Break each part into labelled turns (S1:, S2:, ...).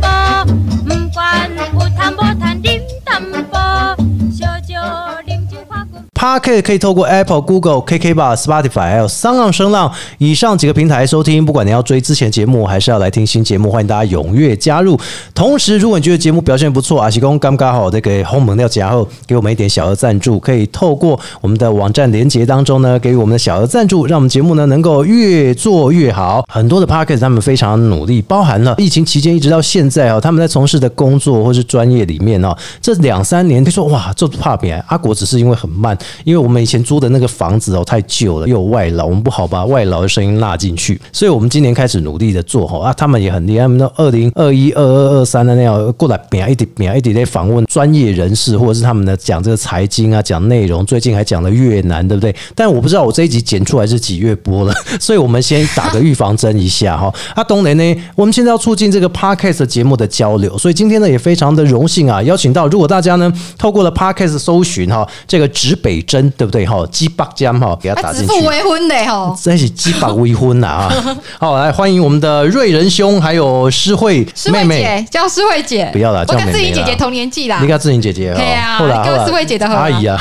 S1: bò Ừm, quan u tham bò than điểm tâm bò cho cho điểm chữ khoa cùng
S2: Parket 可以透过 Apple、Google、KK Bar、Spotify 还有商浪声浪以上几个平台收听。不管你要追之前节目，还是要来听新节目，欢迎大家踊跃加入。同时，如果你觉得节目表现不错，阿喜公刚刚好这个轰猛料加后，给我们一点小额赞助，可以透过我们的网站连接当中呢，给予我们的小额赞助，让我们节目呢能够越做越好。很多的 Parket 他们非常努力，包含了疫情期间一直到现在哦，他们在从事的工作或是专业里面哦，这两三年就说哇，做怕扁阿国只是因为很慢，因为我们以前租的那个房子哦太旧了，又有外劳，我们不好把外劳的声音纳进去，所以我们今年开始努力的做哈啊，他们也很厉害，他们都二零二一、二二、二三的那样过来扁一点扁一点在访问专业人士，或者是他们呢讲这个财经啊，讲内容，最近还讲了越南，对不对？但我不知道我这一集剪出来是几月播了， 所以我们先打个预防针一下哈。啊，东雷呢，我们现在要促进这个 podcast 节目的交流，所以今天呢也非常的荣幸啊，邀请到如果大家呢透过了 podcast 搜寻哈这个指北针，对不对哈？鸡巴江哈，给它打
S3: 啊，指
S2: 进去。
S3: 腹为婚的吼。
S2: 在一起鸡巴未婚呐啊！好，来欢迎我们的瑞仁兄，还有诗慧
S3: 诗
S2: 妹
S3: 慧
S2: 妹，
S3: 姐叫诗慧姐，
S2: 不要啦
S3: 我
S2: 叫
S3: 跟
S2: 妹妹
S3: 自己姐
S2: 啦
S3: 姐同年纪啦
S2: 你。跟志玲姐姐哦，
S3: 对啊
S2: 后来
S3: 跟
S2: 后来
S3: 思慧姐的合
S2: 阿 姨啊，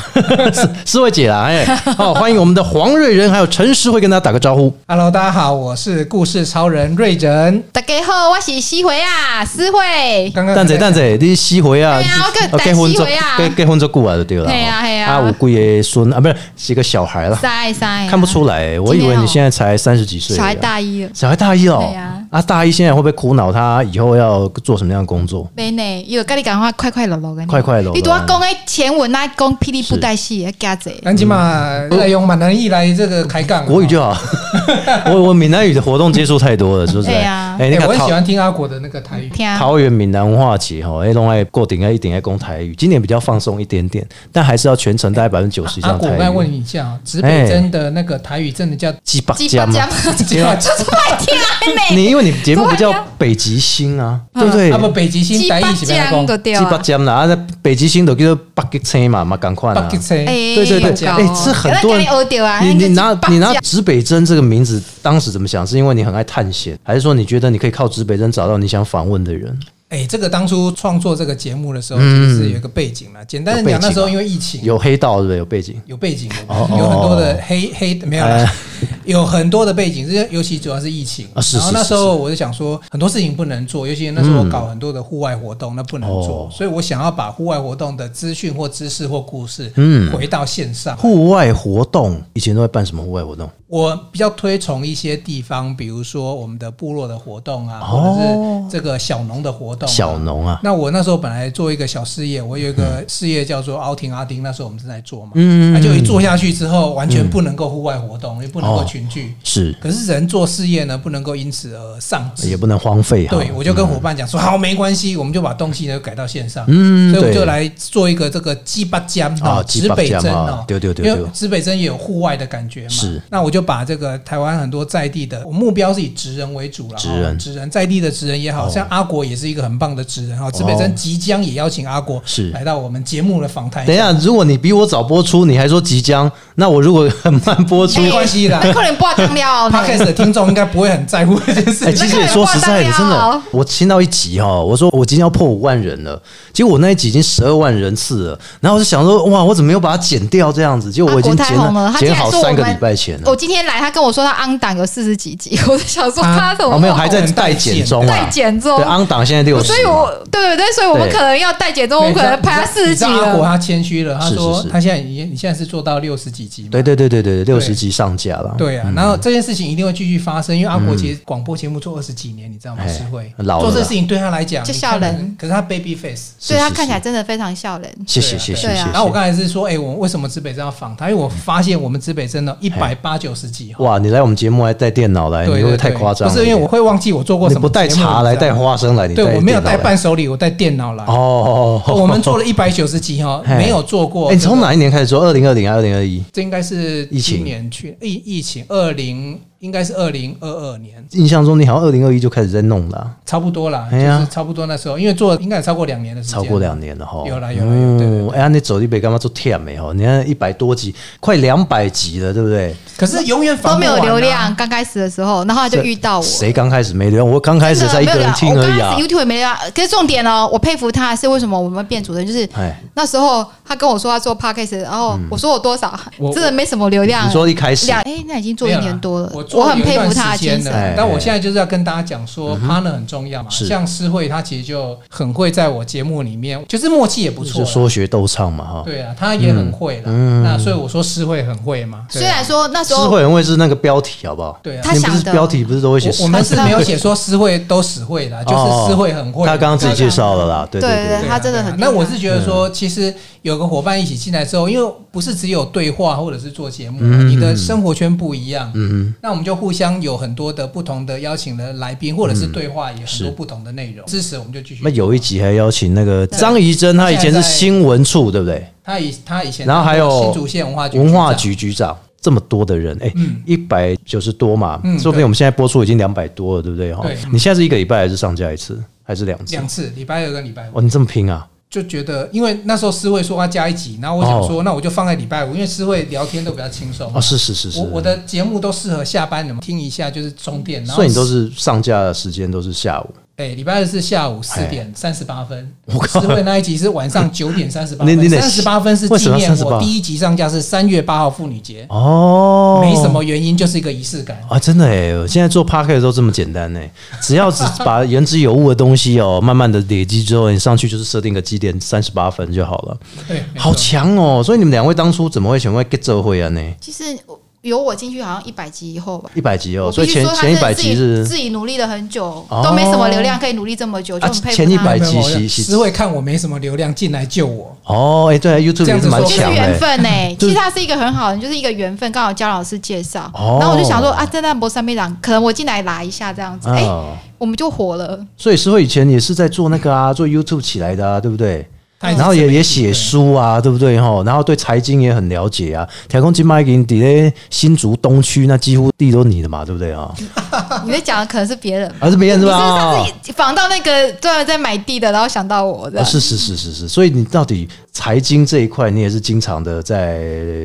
S2: 思思慧姐啦，哎，好，欢迎我们的黄瑞仁还有陈诗慧跟大家打个招呼。
S4: Hello，大家好，我是故事超人瑞仁。
S3: 大家好，我是西回啊，诗慧。
S4: 刚刚
S2: 蛋仔蛋仔，你西回啊
S3: 对啊我跟，
S2: 结婚
S3: 等
S2: 做
S3: 西回啊
S2: 结结婚做久啊就对了，
S3: 对啊对啊
S2: 啊有几个孙啊，不是几个小孩了，
S3: 塞塞，
S2: 看不出来，我以为你现在才三十几岁而已啊，
S3: 哦小孩大一了，
S2: 小孩大一哦
S3: 对啊，
S2: 啊大一现在会不会苦恼他以后要做什么样的工作？
S3: 没呢，有跟你讲话快快乐乐的。
S2: 快快乐乐
S3: 你拄要讲诶前文那讲霹雳布袋戏，加者。
S4: 南京嘛，来用闽南语来这个开杠。啊
S2: 国语就好， 我我闽南语的活动接触太多了，是不是？
S3: 对啊
S2: 哎，
S4: 哎、
S2: 那个
S4: 我很
S2: 桃
S4: 喜欢听阿国的那个台语。
S3: 听，
S2: 桃园闽南文化节吼，哎，弄爱过顶爱一顶爱公台语，今年比较放松一点点，但还是要全程大概百分之九十以
S4: 阿
S2: 上
S4: 哎啊国，我来
S2: 台
S4: 问
S2: 语。
S4: 你一下啊，指北针的那个台语真的叫
S2: 鸡巴
S3: 鸡巴
S2: 江嘛，
S4: 鸡巴
S3: 就是快听啊，
S2: 你
S3: 妹。
S2: 因为你节目不叫
S3: 对啊
S2: 北极星啊，对不对
S4: 啊？不北极星
S3: 鸡
S4: 台
S3: 巴
S4: 语是咩讲
S3: 江？就对
S2: 鸡巴
S3: 啊。
S2: 江啦，啊，那北极星都叫做北极星嘛，嘛赶快
S4: 北
S2: 啦
S4: 极。星。
S2: 对对对，哎，这很多人
S3: 人学到啊。
S2: 你你
S3: 那
S2: 拿
S3: 个鸡巴
S2: 你拿
S3: 酱
S2: 指北针这个名字，当时怎么想？是因为你很爱探险，还是说你觉得你可以靠指北针找到你想访问的人？
S4: 哎、这个当初创作这个节目的时候，其实是有一个背景啦。简单的
S2: 嗯有背
S4: 讲，
S2: 景啊
S4: 那时候因为疫情，
S2: 有黑道对不对？有背景？
S4: 有背景的，
S2: 哦哦
S4: 有很多的黑黑没有
S2: 哎
S4: 啦， 有很多的背景，这尤其主要是疫情。
S2: 啊是
S4: 然后
S2: 是
S4: 那
S2: 是
S4: 时候我就想说，很多事情不能做，尤其那时候我搞很多的户外活动，那不能
S2: 哦
S4: 做，所以我想要把户外活动的资讯或知识或故事，
S2: 嗯
S4: 回到线上。
S2: 户外活动以前都会办什么户外活动？
S4: 我比较推崇一些地方，比如说我们的部落的活动啊，
S2: 哦
S4: 或者是这个小农的活动啊。
S2: 小农啊，
S4: 那我那时候本来做一个小事业，我有一个事业叫做奥廷阿丁，那时候我们正在做嘛，啊
S2: 嗯
S4: 那就一做下去之后，完全不能够户外活动，也不能
S2: 哦
S4: 够群聚。
S2: 是
S4: 可是人做事业呢，不能够因此而丧志。
S2: 也不嗯能荒废哈。
S4: 对，我就跟伙伴讲说，好，没关系，我们就把东西呢改到线上，
S2: 嗯
S4: 所以我
S2: 对
S4: 们就来做一个这个鸡巴江
S2: 啊
S4: 指北
S2: 鸡巴
S4: 针
S2: 尖
S4: 哦
S2: 啊，对对对
S4: 因
S2: 对
S4: 为指北针也有户外的感觉嘛，
S2: 是。
S4: 那我就把这个台湾很多在地的，我目标是以职人为主了，
S2: 职人
S4: 哦职人在地的职人也好
S2: 哦
S4: 像阿国也是一个很棒的职人哈，哦指北针即将也邀请阿国
S2: 是
S4: 来到我们节目的访谈，
S2: 等一下，如果你比我早播出，你还说即将，那我如果 很慢播出，
S3: 哎
S4: 没关系啦
S3: 那可能挂汤了呢。
S4: ，Podcast 的听众应该不会很在乎这件事
S2: 哎、
S4: 情。
S2: 其实也说实在的，真
S3: 那个
S2: 的
S3: 人，
S2: 我听到一集哈，我说我今天要破五万人了，结果我那一集已经十二万人次了，然后我就想说，哇，我怎么没有把它剪掉这样子？结果我已经
S3: 啊阿国
S2: 剪
S3: 太红了，他竟
S2: 剪
S3: 然
S2: 好
S3: 说我
S2: 三
S3: 们哦
S2: 个礼拜前了
S3: 我，今天来，他跟我说他 on 档有四十几集， 我就想说
S4: 啊
S3: 他怎么
S2: 哦，没有，还在待剪中啊，
S3: 代剪中
S2: 对，昂档现在六十，
S3: 所以我对对对，所以我们
S2: 对
S3: 可能要代剪中， 我们可能拍了四十
S4: 你
S3: 集
S4: 知道阿国
S3: 了。
S4: 他谦虚了，他
S2: 是是
S4: 说
S2: 是
S4: 他现在已经你现在是做到六十几集嘛，
S2: 对对对对对，六十集上架了，嗯
S4: 对啊，然后这件事情一定会继续发生，因为阿国其实广播节目做二十几年，你知道吗？
S2: 哎
S4: 是会
S2: 嗯老了
S4: 做这事情对他来讲
S3: 就
S4: 你看
S3: 笑人
S4: 可是他 baby face。
S3: 所以他
S2: 是是
S3: 看起来真的非常笑人。
S2: 谢谢谢谢谢
S3: 对啊
S2: 谢。
S4: 然后我刚才是说，哎，我为什么指北针要访他？因为我发现我们指北针呢一百八九十集，
S2: 哇，你来我们节目还带电脑来，你
S4: 对
S2: 会
S4: 对
S2: 不
S4: 对
S2: 会太夸张了？
S4: 不是因为我会忘记我做过
S2: 你
S4: 什么，
S2: 不带茶来，带
S4: 花。
S2: 花生来，你
S4: 对我没有
S2: 带电脑
S4: 带
S2: 来
S4: 伴手礼，我带电脑来。
S2: 哦，
S4: 我们做了一百九十集哈，
S2: 哎
S4: 没有做过。
S2: 哎，啊你从？哪一年开始做？二零二零还是二零二一？
S4: 这应该是
S2: 疫情
S4: 今年去疫疫情二零应该是二零二二年，
S2: 印象中你好像二零二一就开始在弄了啊、
S4: 差不多啦，
S2: 哎呀
S4: 就是差不多那时候，因为做应该也超过两年的时间，
S2: 超过两年了哈。
S4: 有啦有啦有对对
S2: 嗯哎呀，你走一北干嘛做甜没哦？你看一百多集，快两百集了，对不对？
S4: 可是永远
S3: 都
S4: 访
S3: 没有流量，，刚开始的时候，然后他就遇到我。
S2: 啊谁刚开始没流量？我刚开
S3: 真
S2: 始
S3: 的
S2: 才一
S3: 没
S2: 个
S3: 有
S2: 人
S3: 流量
S2: 听
S3: 我
S2: 而
S3: 刚
S2: 已
S3: 开
S2: 啊
S3: 始。YouTube 也没流量，可是重点哦，我佩服他是为什么我们变主人，就是
S2: 哎，
S3: 那时候他跟我说他做 podcast，然后我说我多少，
S4: 我
S3: 真的没什么流量。
S2: 嗯你说一开始
S3: 两哎，那已经做一年多了
S4: 没有啦，我
S3: 我很佩服他的
S4: 做有一段
S3: 精
S4: 时间
S3: 神。
S2: 哎嗯
S4: 了但我现在就是要跟大家讲说，partner 很重要嘛。
S2: 是
S4: 像诗慧，她其实就很会在我节目里面，就是默契也不错
S2: 就
S4: 啦。
S2: 说嗯学逗唱嘛哈。
S4: 对啊，她也很会啦。那所以我说诗慧很会嘛。对啊
S3: 虽然说那时
S2: 智
S3: 候
S2: 慧人会是那个标题好不好？
S4: 对啊
S3: 他
S2: 你不是
S3: 想的
S2: 标题不是都会写哦
S4: 我我们是没有写说诗慧都死 会啦，就是诗慧很会。
S2: 他刚刚自己介绍了啦，对
S3: 对
S2: 对
S3: 对
S4: 对啊
S3: 他真的很
S4: 对啊那
S3: 厉害
S4: 我是觉得
S2: 嗯
S4: 说，其实有个伙伴一起进来之后，因为不是只有对话或者是做节目，
S2: 嗯
S4: 你的生活圈不一样，嗯那我们就互相有很多的不同的邀请的来宾，或者是对话有很多不同的内容。支持我们就继续。
S2: 嗯那有一集还邀请那个张怡珍，她以前是新闻处，对不对？
S4: 他以他以前，
S2: 然后还有
S4: 新竹县文化局
S2: 文化
S4: 长
S2: 局局长，这么多的人，哎，一百九十多嘛
S4: 嗯，
S2: 说不定我们现在播出已经两百多了，对不对？哈
S4: 对，
S2: 你现在是一个礼拜还是上架一次，还是两次？
S4: 两次，礼拜二跟礼拜五。
S2: 哦，你这么拼啊？
S4: 就觉得，因为那时候思慧说要加一集，然后我想说，那我就放在礼拜五，因为思慧聊天都比较轻松嘛。
S2: 哦，是是是是
S4: 嗯我，我的节目都适合下班你们听一下，就是充电。然后
S2: 所以你都是上架的时间都是下午，
S4: 哎，礼拜二是下午四点三十八分，诗慧那一集是晚上九点三十 八
S2: 你你
S4: 分，
S2: 得
S4: 三十八分是
S2: 为什
S4: 纪
S2: 么
S4: 念
S2: 38
S4: 我第一集上架是三月八号妇女节，
S2: 哦，
S4: 没什么原因，就是一个仪式感。
S2: 啊，真的哎，我现在做 p a c k e t 都这么简单呢， 只要只把言之有物的东西哦，慢慢的累积之后，你上去就是设定个基点三十八分就好了，
S4: 对，没错
S2: 好强哦！所以你们两位当初怎么会选会 get 这会啊呢？
S3: 其实我有我进去好像一百集以后吧。
S2: 一百集哦，
S3: 我
S2: 所以
S3: 必须
S2: 前
S3: 说，他
S2: 前
S3: 真
S2: 一百
S3: 的自
S2: 集
S3: 己
S2: 是
S3: 自己努力了很久
S2: 哦，
S3: 都没什么流量，可以努力这么久，就
S2: 啊
S3: 很佩服
S2: 前一百
S3: 他。
S2: 集
S4: 没有没有
S2: 是是
S4: 诗慧看我没什么流量，进来救我。
S2: 哦，哎，对啊
S4: 这
S2: ，YouTube
S4: 样
S2: 也
S4: 子
S2: 是蛮
S4: 说
S3: 就是
S2: 强
S3: 缘
S2: 的。
S3: 分呢、欸，
S2: 就是
S3: 其实他是一个很好的人，就是一个缘分，刚好焦老师介绍，
S2: 哦
S3: 然后我就想说啊，在那博上面讲，可能我进来拉一下这样子，哎、
S2: 哦，
S3: 我们就火了。
S2: 所以师傅以前也是在做那个啊，做 YouTube 起来的啊，对不对？
S4: 他也是
S2: 然后也
S4: 自媒
S2: 也
S4: 体
S2: 写书啊，对不对哈？然后对财经也很了解啊。台空金麦给你在新竹东区，那几乎地都你的嘛，对不对啊？
S3: 你在讲的可能是别人，
S2: 而是别人
S3: 你
S2: 是
S3: 是
S2: 吧哦
S3: 上？次仿到那个专门在买地的，然后想到我的、
S2: 啊，是是是是是，所以你到底财经这一块，你也是经常的在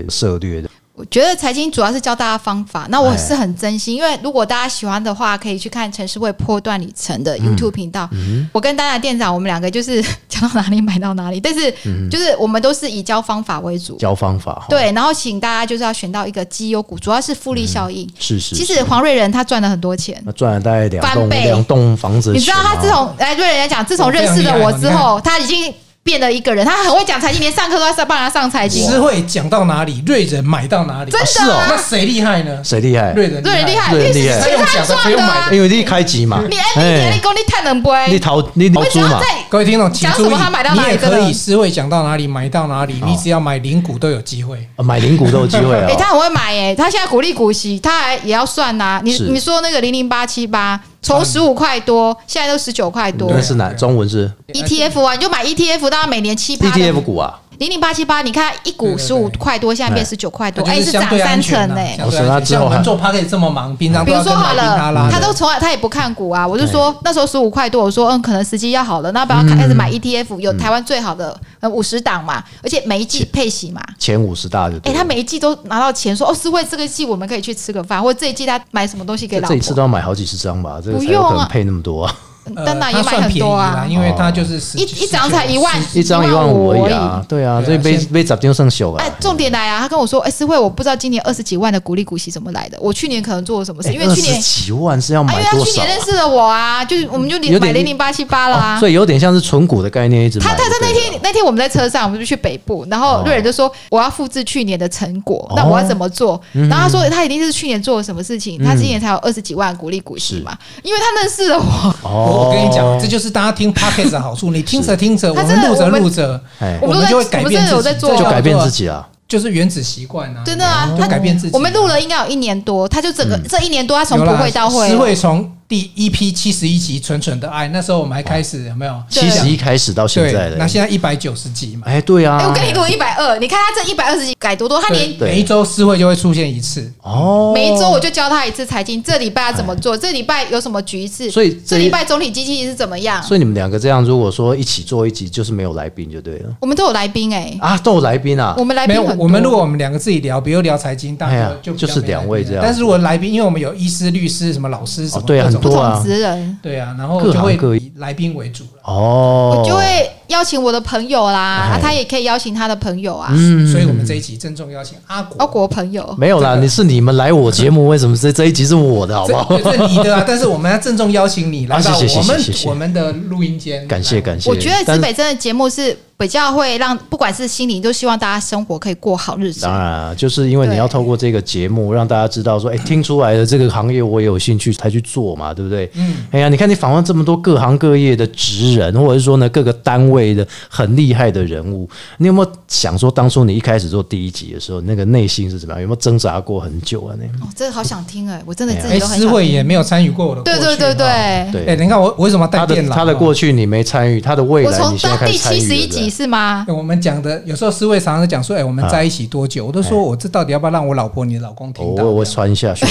S2: 涉略的。
S3: 我觉得财经主要是教大家方法，那我是很真心，因为如果大家喜欢的话，可以去看陈世慧波段里程的
S2: 嗯
S3: YouTube 频道。我跟丹丹店长，我们两个就是 讲到哪里买到哪里，但是就是我们都是以教方法为主。
S2: 教方法哈，
S3: 对，然后请大家就是要选到一个绩优股，主要是复利效应。
S2: 嗯是是。
S3: 其
S2: 是
S3: 实黄瑞仁他赚了很多钱，
S2: 那赚了大概两
S3: 翻
S2: 栋
S3: 倍
S2: 两栋房子的
S3: 你
S2: 钱
S3: 知道
S2: 啊，
S3: 他自从来瑞仁来讲，自从认识了我之后，他已经变了一个人，他很会讲财经，连上课都在帮人家上财经。
S4: 诗慧讲到哪里，瑞人买到哪里，
S3: 真的啊是哦
S4: 那谁厉害呢？
S2: 谁厉害？
S4: 瑞人
S3: 瑞仁厉害，
S2: 瑞仁
S3: 因
S2: 厉
S3: 为
S2: 害
S3: 是
S4: 他用讲
S3: 啊
S4: 的，他用买的。
S2: 因为你开机嘛，
S3: 你哎，你你
S2: 哎
S3: 讲你太能
S2: 你
S3: 杯，
S2: 逃你逃
S3: 我只
S2: 租
S3: 要
S2: 嘛，
S3: 在
S4: 各位听众，请
S3: 讲什
S4: 注
S3: 么
S4: 意
S3: 他买，到
S4: 你
S3: 哪里
S4: 也
S3: 真
S4: 可
S3: 的
S4: 以诗慧讲到哪里买到哪里，你只要买零股都有机会。
S2: 啊买零股都有机会
S3: 哎，
S2: 啊。
S3: 他很会买哎，他现在鼓励股息，他还也要算呐。你
S2: 是
S3: 你说那个零零八七八，从十五块多，现在都十九块多
S2: 那是哪？
S4: 对啊
S2: 中文是
S3: ETF 啊，你就买 ETF，大家每年七八
S2: ETF 股啊，
S3: 零零八七八，你看一股
S4: 对
S3: 十
S4: 对
S3: 五
S4: 对
S3: 块多，现在变十九块多，
S4: 它
S3: 哎，
S4: 就是相
S3: 涨
S4: 对安
S3: 三成
S4: 全呐
S3: 哎。
S4: 相对
S2: 哦所以它
S4: 安全
S2: 之后
S4: 欸像我
S2: 还
S4: 们做 p a r k 这么忙，平常
S3: 比
S4: 都要
S3: 如
S4: 跟
S3: 说好
S4: 来宾他拉
S3: 了，
S4: 的，
S3: 他都从来他也不看股啊，我就说那时候十五块多，我说嗯，可能时机要好了，那不要开始买 ETF，有台湾最好的嗯五十档嘛，而且每一季配息嘛。
S2: 前五十大就
S3: 哎、
S2: 对了。
S3: 他每一季都拿到钱，说哦，思慧这个季我们可以去吃个饭，或者这一季他买什么东西给老
S2: 这一次
S3: 婆。
S2: 都要买好几十张吧，这个
S3: 不
S2: 才有可
S3: 用
S2: 能
S3: 啊
S2: 配那么多 啊，
S4: 呃
S3: 嗯当然也
S4: 它
S3: 买
S4: 算
S3: 很
S4: 便
S3: 多
S4: 宜
S3: 啊
S4: 啦，因为它就是十
S3: 一一张才一万，
S2: 一张一万五而已啊
S3: 已。，
S2: 对啊，所以
S4: 对啊
S2: 被
S4: 现
S2: 被砸丢剩小啊
S3: 哎，。重点来啊！他跟我说：“哎、思慧，我不知道今年二十几万的股利股息怎么来的。我去年可能做了什么事，因为
S2: 哎二
S3: 去
S2: 十
S3: 年
S2: 几万是要
S3: 啊，因
S2: 买
S3: 为他
S2: 多
S3: 去
S2: 少
S3: 年
S2: 啊？
S3: 认识了我啊，就是我们就
S2: 有
S3: 零
S2: 点
S3: 买零零八七八了啊。
S2: 所以有点像是存股的概念，一直
S3: 他
S2: 买
S3: 他他
S2: 就
S3: 那
S2: 对了
S3: 天那天我们在车上，我们就去北部，然后瑞仁就说我要复制去年的成果，
S2: 哦嗯
S3: 那我要怎么做？然后他说他一定是去年做了什么事情，他今年才有二十几万鼓励股息嘛，因为他认识了我，
S2: 哦，
S4: 我我跟你讲，这就是大家听 podcast 的 好处。你听着听着，我
S3: 它
S4: 们
S3: 真的
S4: 录着
S3: 我们
S4: 录着
S2: 哎，
S4: 我
S3: 我们
S4: 们
S3: 都在
S4: 就会改变
S3: 我
S4: 自己，
S3: 们真的有在做
S4: 这
S2: 就
S4: 叫
S2: 改变
S4: 做
S2: 自，己啊，
S4: 就是原子习惯啊，
S3: 真的啊，
S4: 就
S3: 他
S4: 改变自己啊。嗯
S3: 我们录了应该有一年多，他就整个这一年多他从
S4: 有
S3: 不
S4: 啦
S3: 会到会啊
S4: 诗
S3: 了，
S4: 慧从第一批七十一集《蠢蠢的爱》，那时候我们还开始有没有？
S3: 对
S2: 七十一开始到现
S4: 对
S2: 在，的
S4: 那，现在一百九十集嘛，
S2: 哎，对
S3: 哎，
S2: 啊
S3: 我，跟你读一百二，你看他这一百二十集改多多，他连
S4: 对，每一周私会就会出现一次。
S2: 哦，
S3: 每一周我就教他一次财经，这礼拜要怎么做，这礼拜有什么局势，
S2: 所以这
S3: 这礼拜总体经济是怎么样，
S2: 所以你们两个这样，如果说一起做一集，就是没有来宾就对了
S3: 我们都有来宾哎，
S2: 啊，都有来宾啊
S3: 我，们来
S4: 没
S3: 宾
S4: 有，
S3: 很多
S4: 我们如果我们两个自己聊，比如聊财经，大
S2: 哎
S4: 家
S2: 呀
S4: 就比
S2: 就
S4: 较
S2: 是
S4: 没来
S2: 两位
S4: 宾啊
S2: 这样
S4: 但是如果来宾，因为我们有医师、律师、什么老师什么
S2: 哦对很
S4: 各种
S3: 不
S2: 多啊
S3: 同职人，
S4: 对啊，然后
S2: 各
S4: 就
S2: 行
S4: 会
S2: 各业
S4: 以来宾为主了，
S2: 哦，
S3: 我就会邀请我的朋友啦，
S4: 哦
S2: 哎
S3: 啊他也可以邀请他的朋友啊，
S2: 嗯
S4: 所以我们这一集郑重邀请阿国。
S3: 包国朋友。
S2: 没有啦，
S4: 这个
S2: 你是你们来我节目，为什么这这一集是我的，好不
S4: 这
S2: 好？
S4: 这你的啊，但是我们要郑重邀请你来到
S2: 啊谢谢
S4: 我们
S2: 谢谢谢谢
S4: 我们的录音 间，
S2: 感谢感谢，
S3: 我觉得
S2: 但
S3: 指
S2: 是
S3: 北真的节目是比较会让，不管是心灵，都希望大家生活可以过好日子
S2: 当。然啊，就是因为你
S3: 对
S2: 要透过这个节目让大家知道说，哎、听出来的这个行业我也有兴趣才去做嘛，对不对？嗯，哎呀，你看你访问这么多各行各业的职人，或者是说呢各个单位的很厉害的人物，你有没有想说当初你一开始做第一集的时候，那个内心是怎么样？有没有挣扎过很久啊？那
S3: 哦，真的好想听哎，我真的
S2: 哎呀
S3: 自己
S4: 哎，
S3: 都很
S4: 诗
S3: 想
S4: 慧
S3: 听。
S4: 也没有参与过我的过
S3: 对
S4: 去，
S3: 对对
S4: 哈。
S3: 对，
S2: 对，
S4: 哎，你看我我为什么要带
S2: 他
S4: 电
S2: 的
S4: 脑？
S2: 他的
S4: 哈
S2: 过去你没参与，他的未
S3: 我
S2: 来
S3: 从
S2: 你现
S3: 到
S2: 在开
S3: 第
S2: 始参与
S3: 七
S2: 了
S3: 十一集
S2: 对不对
S3: 是吗？
S4: 哎我们讲的有时候思维常常讲说，哎、我们在一起多久？我都说我这到底要不要让我老婆、你的老公听
S2: 哎哦
S4: 到？
S2: 我我穿一下去，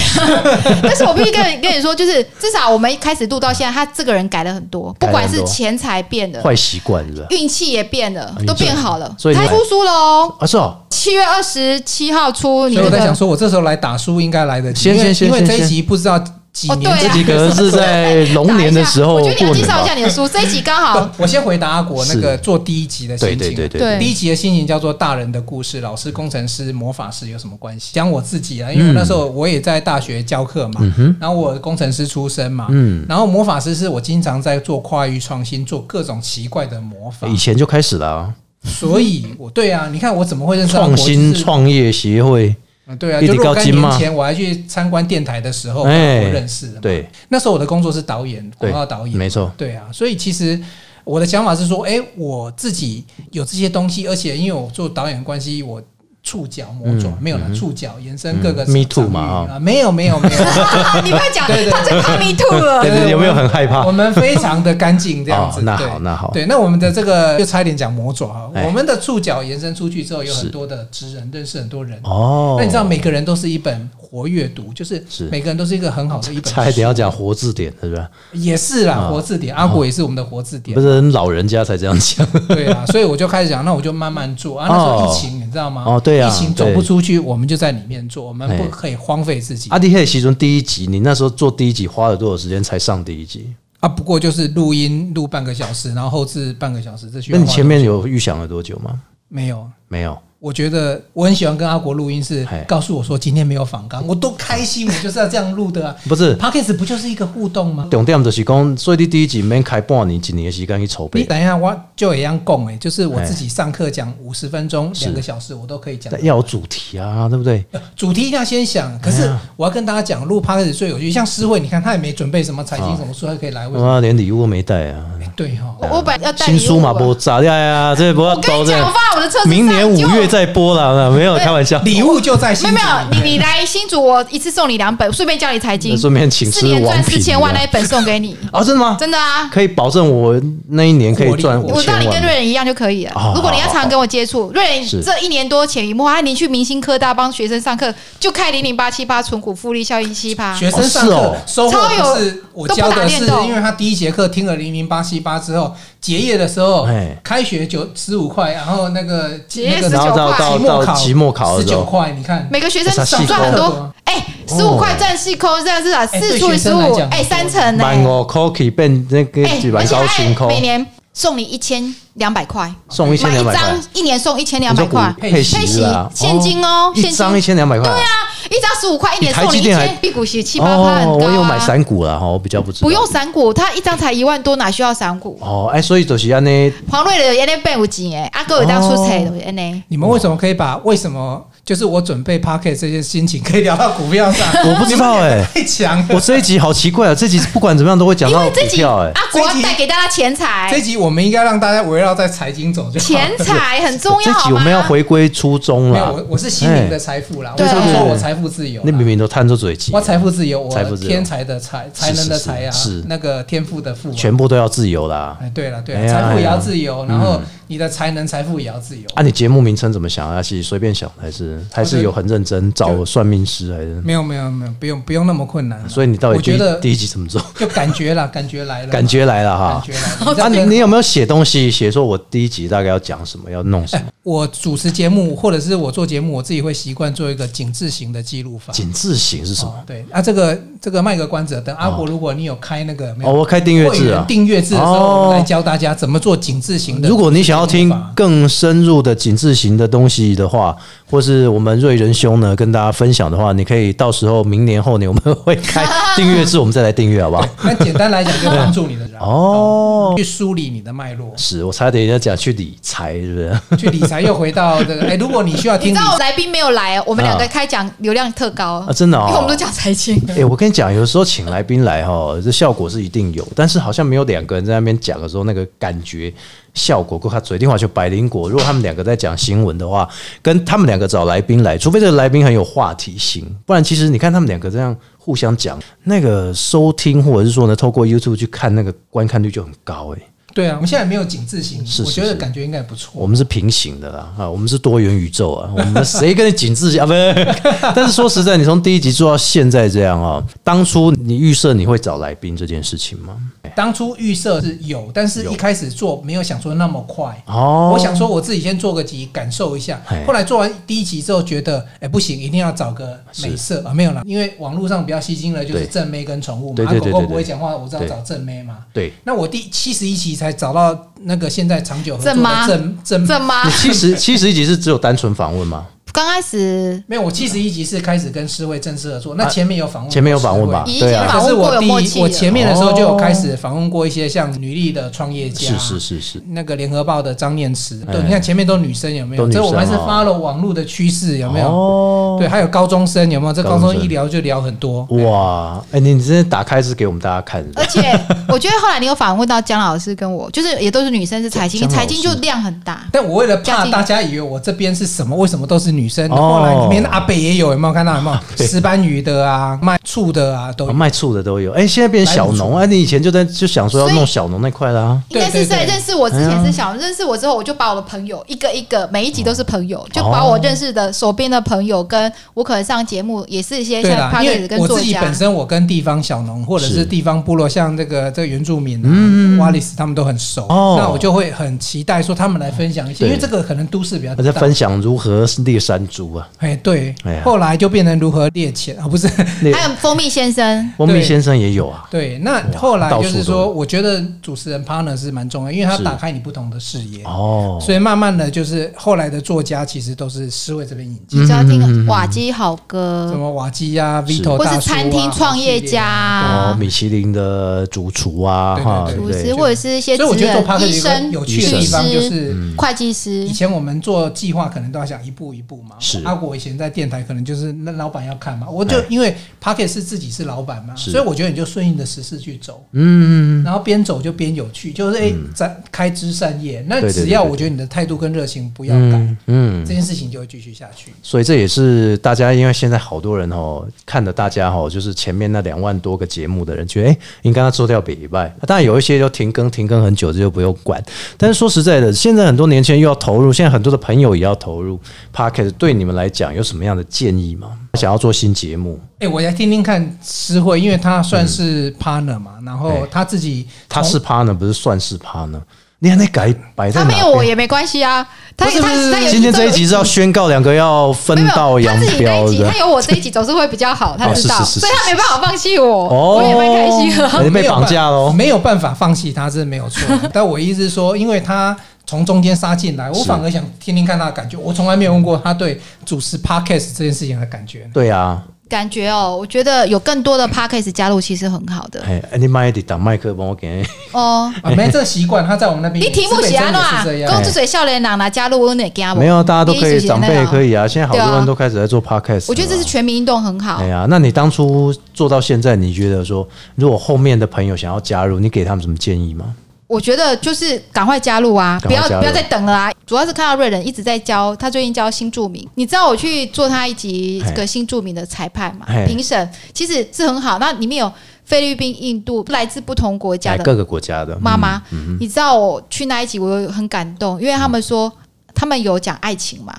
S3: 但是我必须跟你跟你说，就是至少我们一开始录到现在，他这个人改了很多，不
S2: 改了
S3: 管
S2: 很多
S3: 是钱财变了，
S2: 坏习惯是吧？
S3: 运气也变了，都变好了。
S2: 所以你
S3: 他出书了哦，
S2: 啊，是哦，
S3: 七月二十七号出你
S4: 所以
S3: 那
S4: 我在
S3: 个
S4: 想，说我这时候来打书应该来得及，
S2: 先
S4: 因为
S2: 先
S4: 因为
S2: 先
S4: 这一
S2: 先
S4: 集不知道几
S3: 哦
S4: 年
S3: 对啊
S2: 这
S4: 这
S2: 集
S4: 几
S2: 可能是在龙年的时候
S3: 打
S2: 过
S3: 一下我觉得你要介
S2: 年吧
S3: 绍一下。你的书，这一集刚好
S4: 个。我先回答阿国那个做第一集的心
S2: 对
S4: 情。
S2: 对对对
S3: 对
S4: 第一集的心情叫做《大人的故事》，老师、工程师、魔法师有什么关系？讲我自己啊，
S2: 嗯
S4: 因为我那时候我也在大学教课嘛，然后我工程师出身嘛，
S2: 嗯
S4: 然后魔法师是我经常在做跨域创新，做各种奇怪的魔法
S2: 以，前就开始了、啊，
S4: 所以我对啊，你看我怎么会认识阿国
S2: 创新
S4: 就是
S2: 创业协会，
S4: 嗯，对啊，
S2: 一
S4: 就
S2: 直
S4: 若
S2: 到
S4: 干
S2: 今
S4: 年
S2: 嘛
S4: 前我还去参观电台的时候，我
S2: 哎
S4: 认识的嘛。
S2: 对，
S4: 那时候我的工作是导演，
S2: 对
S4: 广告导演，
S2: 没错。
S4: 对啊，所以其实我的想法是说，哎、我自己有这些东西，而且因为我做导演的关系，我触角魔爪、没有了，触角延伸各个、
S2: 嗯嗯，me too 嘛啊
S4: 啊，没有没 有没有，
S3: 啊你不要讲，
S4: 对对
S3: 他最怕 me too 了。
S2: 对对对，有没有很害
S4: 我
S2: 怕？
S4: 们非常的干净这样子。
S2: 哦那
S4: 对
S2: 好那好
S4: 对，那我们的这个就差一点讲魔爪哈，
S2: 哎
S4: 我们的触角延伸出去之后，有
S2: 是
S4: 很多的职人认识很多人。
S2: 哦，
S4: 那你知道每个人都是一本活阅读，就是
S2: 是
S4: 每个人都是一个很好的一本，
S2: 差一点要讲活字典，是不是？
S4: 也是啦，
S2: 啊
S4: 活字典。阿果也是我们的活字典
S2: 不，是老人家才这样 讲。
S4: 对 啊，所以我就开始讲，那我就慢慢做啊。那时候疫情，你知道吗？
S2: 哦对啊啊
S4: 疫情走不出去，我们就在里面做，我们
S2: 哎
S4: 不可以荒废自己
S2: 阿弟黑其中第一集，你那时候做第一集花了多少时间才上第一集？
S4: 啊。不过就是录音录半个小时，然后后置半个小时，这需要
S2: 那你
S4: 花多久。
S2: 前面有预想了多久吗？
S4: 没有？
S2: 没有，
S4: 我觉得我很喜欢跟阿国录音，是
S2: 哎
S4: 告诉我说今天没有访纲，我多开心，我就是要这样录的啊。
S2: 不 是
S4: p o d c a s t 不就是一个互动吗？
S2: 重点就是讲，所以你第一集免开半年、一年的时间去筹
S4: 你
S2: 备，
S4: 等一下，我就一样供哎，就是我自己上课讲五十分钟、
S2: 是
S4: 两个小时，我都可以讲。
S2: 但要有主题啊，对不对？
S4: 主题一定要先
S2: 哎
S4: 想，可是我要跟大家讲，录 p o d c a s 最有趣，像诗慧，你看她也没准备什么财经什么书，她可以来
S2: 他
S4: 为什么？
S2: 妈连礼物都没带啊，
S4: 对哈，
S3: 我我本来要带
S2: 新
S3: 礼
S2: 书
S3: 物
S2: 嘛，
S3: 啊
S2: 不炸掉呀，这不要
S3: 我跟
S2: 搞
S3: 你讲，我
S2: 的。
S3: 放在我的车子上。
S2: 明年五
S3: 结果
S2: 月再播了，没有开玩笑。
S4: 礼物就在
S3: 没
S4: 心
S3: 有
S4: 里
S3: 没有，你你来新竹，我一次送你两本，顺便教你财经，
S2: 顺便请
S3: 四
S2: 吃
S3: 年
S2: 王
S3: 赚
S2: 品
S3: 四
S2: 的
S3: 千万那一本送给你，
S2: 啊，真的吗？
S3: 真的啊！
S2: 可以保证我那一年可以赚
S4: 我
S2: 五
S3: 我
S2: 千
S3: 让你跟瑞
S2: 万。
S3: 仁一样就可以了
S2: 哦。
S3: 如果你要常跟我接触，瑞
S2: 是
S3: 仁这一年多潜移默化，他连去明星科大帮学生上课，就开零零八七八存股复利效应七八，
S4: 学生上课
S2: 哦
S4: 收获不是我教
S3: 超
S4: 的
S3: 有
S4: 是，
S3: 都不打电动
S4: 因为他第一节课听了零零八七八之后，结业的时候
S2: 哎，
S4: 开学九十五块，然后那个
S3: 结业
S4: 那个
S2: 然后到到
S3: 19
S4: 期
S2: 到
S4: 末考
S2: 期末考
S4: 十
S2: 的时
S4: 九
S2: 候，
S4: 块，你看
S3: 每个学
S2: 哎
S3: 生
S2: 细
S3: 赚很
S4: 抠
S3: 多，哎，十
S2: 哦
S3: 五块赚细扣，这样至少四除以十
S4: 对学生来
S3: 五
S4: 讲，
S3: 哎，三成呢。
S2: 满我 cookie 变那个
S3: 哎，
S2: 蛮
S3: 而且
S2: 高
S3: 他
S2: 清
S3: 还
S2: 空，
S3: 每年送你一千两百块，
S2: 送一千
S3: 买
S2: 两
S3: 一
S2: 百块
S3: 张，一年送一千
S2: 你
S3: 两
S2: 说
S3: 百
S2: 股
S3: 块，
S2: 配
S3: 配
S2: 息
S3: 息
S2: 啦，
S3: 现金哦
S2: 一
S3: 现金
S2: 张一千两百块。
S3: 对啊，一张十五块，一年
S2: 你台
S3: 送你
S2: 积
S3: 一
S2: 电还
S3: 千，辟谷息七八趴，
S2: 哦，
S3: 很高
S2: 我有买
S3: 啊。
S2: 散股了哈，哦我比较不知道。
S3: 不用散股，他一张才一万多，哪需要散股？
S2: 哦，哎，所以就是安尼，
S3: 啊
S2: 哦
S3: 黄瑞的 N A 变有钱哎，阿哥有当出差的 N A，
S4: 你们为什么可以把为什么就是我准备 p o c k e t 这些心情可以聊到股票上。
S2: 我不知道
S4: 你们
S2: 哎
S4: 两个 太强了。
S2: 我这一集好奇怪啊，这集不管怎么样都会讲
S3: 因
S2: 到
S3: 为
S2: 股
S3: 这集啊
S2: 票哎、
S3: 阿国
S4: 这
S3: 要
S4: 集
S3: 带给大家钱财
S4: 这，集我们应该让大家围绕在财经走
S3: 哎
S4: 就好。
S3: 钱财很重
S2: 这
S3: 要，
S2: 集
S3: 好
S2: 我
S3: 吗？
S2: 们要回归初衷
S4: 没有，
S2: 啦。哎
S4: 我我是心灵的财富啦，我
S3: 对
S4: 常
S3: 哎对
S4: 说
S3: 对
S4: 我财富自由啦。
S2: 那明明都探出嘴急
S4: 我，财富自由，我
S2: 财富自由
S4: 天才的才，才能的才啊，
S2: 是是是
S4: 那个天赋的赋啊。
S2: 全部都要自由啦。
S4: 哎，对了对
S2: 哎
S4: 了，
S2: 呀
S4: 财富也
S2: 哎
S4: 要
S2: 呀
S4: 自由，然后你的才能、财富也要自由。
S2: 啊，你节目名称怎么想啊？是随便想还是还是有很认真找算命师还是？
S4: 没有没有没有，不用不用那么困难啊。
S2: 所以你到底
S4: 我
S2: 第
S4: 觉得
S2: 一第一集怎么做？
S4: 就感觉啦，感觉来了，
S2: 感觉来了
S4: 感
S2: 哈
S4: 觉。来了。
S2: 啊，你
S4: 你知道
S2: 你有没有写东西？写说我第一集大概要讲什么，要弄什么？
S4: 我主持节目或者是我做节目，我自己会习惯做一个紧致型的记录法。
S2: 紧致型是什么
S4: 哦？，对，啊，这个这个卖个关子，等阿国，如果你有开那个没
S2: 哦，
S4: 有
S2: 我开订阅
S4: 会
S2: 制
S4: 员
S2: 啊。
S4: 订阅制的时
S2: 哦
S4: 候，我们来教大家怎么做紧致型的。
S2: 如果你想要听
S4: 记录法
S2: 更深入的紧致型的东西的话，或是我们瑞仁兄呢跟大家分享的话，你可以到时候明年后年我们会 开订阅制，我们再来订阅好不好？
S4: 那简单来讲，就帮助你的 人
S2: 哦
S4: 去梳理你的脉络，
S2: 是我差点要讲去理财，是不是？
S4: 去理财。又回 到这个，哎，如果你需要
S3: 你
S4: 听
S3: 知
S4: 理
S3: 道我
S4: 财，
S3: 来宾没有来，我们两个开讲流量特高
S2: 啊真的哦
S3: 因为我们都讲财 经。
S2: 哎、我跟你讲，有时候请来宾来哈，这效果是一定有，但是好像没有两个人在那边讲的时候，那个感觉效果够。他嘴定话就百灵果，如果他们两个在讲新闻的话，跟他们两个找来宾来，除非这个来宾很有话题性，不然其实你看他们两个这样互相讲，那个收听或者是说呢，透过 YouTube 去看那个观看率就很高哎、
S4: 对啊，我们现在没有紧致型
S2: 是，
S4: 我
S2: 是
S4: 觉得
S2: 是
S4: 感觉应该不错。
S2: 我们是平行的啦，啊，我们是多元宇宙啊，我们谁跟你紧致啊？不是， 但是说实在，你从第一集做到现在这样啊，当初你预设你会找来宾这件事情吗？
S4: 当初预设是有，但是一开始做没有想说那么快。
S2: 哦，
S4: 我想说我自己先做个集，感受一下
S2: 嘿。
S4: 后来做完第一集之后，觉得哎、不行，一定要找个美色啊，没有啦，因为网络上比较吸睛的就
S2: 对
S4: 是正妹跟宠物
S2: 对
S4: 嘛，啊
S2: 对对
S4: 狗狗
S2: 对
S4: 不
S2: 对
S4: 会讲话，我知道
S2: 对
S4: 找正妹嘛。
S2: 对，
S4: 那我第七十一集才找到那个现在长久合作
S3: 正妈
S4: 的正正
S3: 怎么
S2: 你？七十七十一集是只有单纯访问 吗？
S3: 刚开始
S4: 没有，我七十一集是开始跟诗慧正式合作，那前面有访
S2: 啊
S4: 问，
S2: 前面有访问吧
S3: 已经
S2: 对啊
S3: 访
S4: 可是
S3: 问过
S4: 我
S3: 有
S4: 第
S3: 默契了
S4: 一，我前面的时候就有开始访问过一些像女力的创业家，
S2: 是是是是，
S4: 那个联合报的张念慈，
S2: 哎
S4: 对，你看前面都女生有没
S2: 都
S4: 有？
S2: 女
S4: 这
S2: 生
S4: 我们还是
S2: 哦
S4: follow 网络的趋势有没有？
S2: 哦
S4: 对，，还有高中生有没有？这
S2: 高
S4: 高
S2: 中
S4: 中
S2: 生
S4: 一聊就聊很多，
S2: 哇，哎、你真的打开是给我们大家看的，
S4: 哎
S3: 而且我觉得后来你有访问到江老师跟我，就是也都是女生，是财经，
S2: 江老师
S3: 财经就量很大。
S4: 但我为了
S3: 家
S4: 怕
S3: 境
S4: 大家以为我这边是什么，为什么都是女
S2: 哦
S4: 生？后来里面阿北也有，有没有看到？有 没有石斑鱼的啊，卖醋的啊，都
S2: 啊
S4: 有。
S2: 卖醋的都有，哎、现在变小农啊，你以前就在就想说要弄小农那啊块啦、
S3: 应该是在
S4: 对对对哎
S3: 认识我之前是想认识我之后，我就把我的朋友一个一个，每一集都是朋
S4: 哦
S3: 友，就把我认识的手边的朋友，跟我可能上节目也是一些
S4: 对
S3: 像
S4: 啦，
S3: p a
S4: 因
S3: r
S4: 为
S3: 跟
S4: 我
S3: 作
S4: 自己
S3: 家，
S4: 本身我跟地方小农或者
S2: 是嗯
S4: 是地方部落，像这个这个原住民、啊、瓦里斯他们都很熟，
S2: 哦
S4: 那我就会很期待说他们来分享一些，
S2: 对
S4: 因为这个可能都市比较
S2: 我在
S4: 大。
S2: 分享如何猎山猪啊，
S4: 哎，对，
S2: 哎呀
S4: 后来就变成如何猎钱啊，不是
S2: 那
S3: 还有蜂蜜先
S4: 嗯
S3: 生，
S2: 蜂蜜先生也有啊，
S4: 对。那后来
S2: 到处
S4: 就是
S2: 都有
S4: 说，我觉得主持人 partner 是蛮重要，因为他
S2: 是
S4: 打开你不同的视野，
S2: 哦，
S4: 所以慢慢的就是后来的作家其实都是诗慧这边引进，
S3: 就要听瓦基好歌
S2: 嗯
S4: 什，么瓦基啊、Vito
S3: 或
S4: 大叔啊、
S3: 是餐厅创业家
S2: 哦，
S3: 啊、
S2: 米其林的主厨啊，
S4: 对对
S2: 哈，
S4: 哦对
S2: 对不
S3: 厨
S2: 对
S3: 师，？或者是一些
S4: 好系列，所以我
S3: 职
S4: 觉得做 p a
S3: 人、
S4: r
S3: 医生
S4: t 有一个、有趣的地方就
S3: 律师、
S4: 是。
S2: 嗯
S4: 嗯
S3: 会计师
S4: 以。前我们做计划可能都要想一步一步嘛。
S2: 是
S4: 阿果以前在电台可能就是那老板要看嘛，我就
S2: 哎
S4: 因为 Pocket 是自己是老板嘛，
S2: 是
S4: 所以我觉得你就顺应的时事去走，
S2: 嗯，
S4: 然后边走就边有趣，就是哎，咱、开枝散叶。那
S2: 对对对
S4: 只要我觉得你的态度跟热情不要改，
S2: 嗯嗯，
S4: 这件事情就会继续下去。
S2: 所以这也是大家，因为现在好多人哦，看的大家哦，就是前面那两万多个节目的人，觉得哎，应该要做掉礼拜。当然有一些就停更，停更很久，这就不用管。但是说实在的，现在很多年轻人又要投入，现在很多的朋友也要投入 p o c k e t 对你们来讲有什么样的建议吗？想要做新节目，
S4: 哎、我来听听看诗慧，因为她算是 partner 嘛，然后
S2: 嗯哎
S4: 她自己
S2: 他
S4: 从
S2: 是 partner 不是算是 partner，你还得改摆在
S3: 他
S2: 哪
S3: 没
S2: 边？
S3: 有我也没关系啊，他
S4: 不是
S3: 他
S4: 不是
S3: 他有
S2: 今天这一集是要宣告两个要
S3: 没
S2: 分
S3: 有
S2: 道扬
S3: 他自己那
S2: 镳
S3: 一集，
S2: 的
S3: 他。有我这一集总是会比较好，他知道，
S2: 哦是是是是
S3: 所以他没办法放弃我，
S2: 哦
S3: 我也蛮开心的。
S2: 哎被绑架喽！
S4: 啊没有办法放弃他是没 有错。但我意思是说，因为他从中间杀进来，我
S2: 是
S4: 反而想听听看他的感觉。我从来没有问过他对主持 podcast 这件事情的感觉。
S2: 对啊，
S3: 感觉哦，我觉得有更多的 p a c k a g e 加入其实很好的
S2: 哎，你麦得打麦克风，我给
S3: 哦。
S4: 啊，没这个习惯，他在我们那边
S3: 你
S4: 也，
S3: 题目
S4: 资
S3: 写
S4: 北
S3: 安
S4: 真
S3: 诺
S4: 也
S2: 哎
S4: 是
S3: 啊
S4: 这，样
S3: 公，主水笑脸朗拿加入啊我哪家？
S2: 没有，啊大家都可以，长辈也可
S3: 以。
S2: 以啊。现在好多人都开始在做 podcast，啊
S3: 我觉得这是啊全民运动很好
S2: 哎。呀，那你当初做到现在，你觉得说，如果后面的朋友想要加入，你给他们什么建议吗？
S3: 我觉得就是赶快加入啊，
S2: 赶快
S3: 不要
S2: 加入
S3: 不要再等了啊！主要是看到瑞仁一直在教，他最近教新著名，你知道我去做他一集
S2: 嘿
S3: 这个新著名的裁判嘛
S2: 嘿，
S3: 评审其实是很好。那里面有菲律宾、印度来自不同国家
S2: 哎
S3: 的
S2: 各个国家的嗯
S3: 妈，妈，你知道我去那一集我很感动，因为他们说。
S2: 嗯
S3: 他们有讲爱情嘛？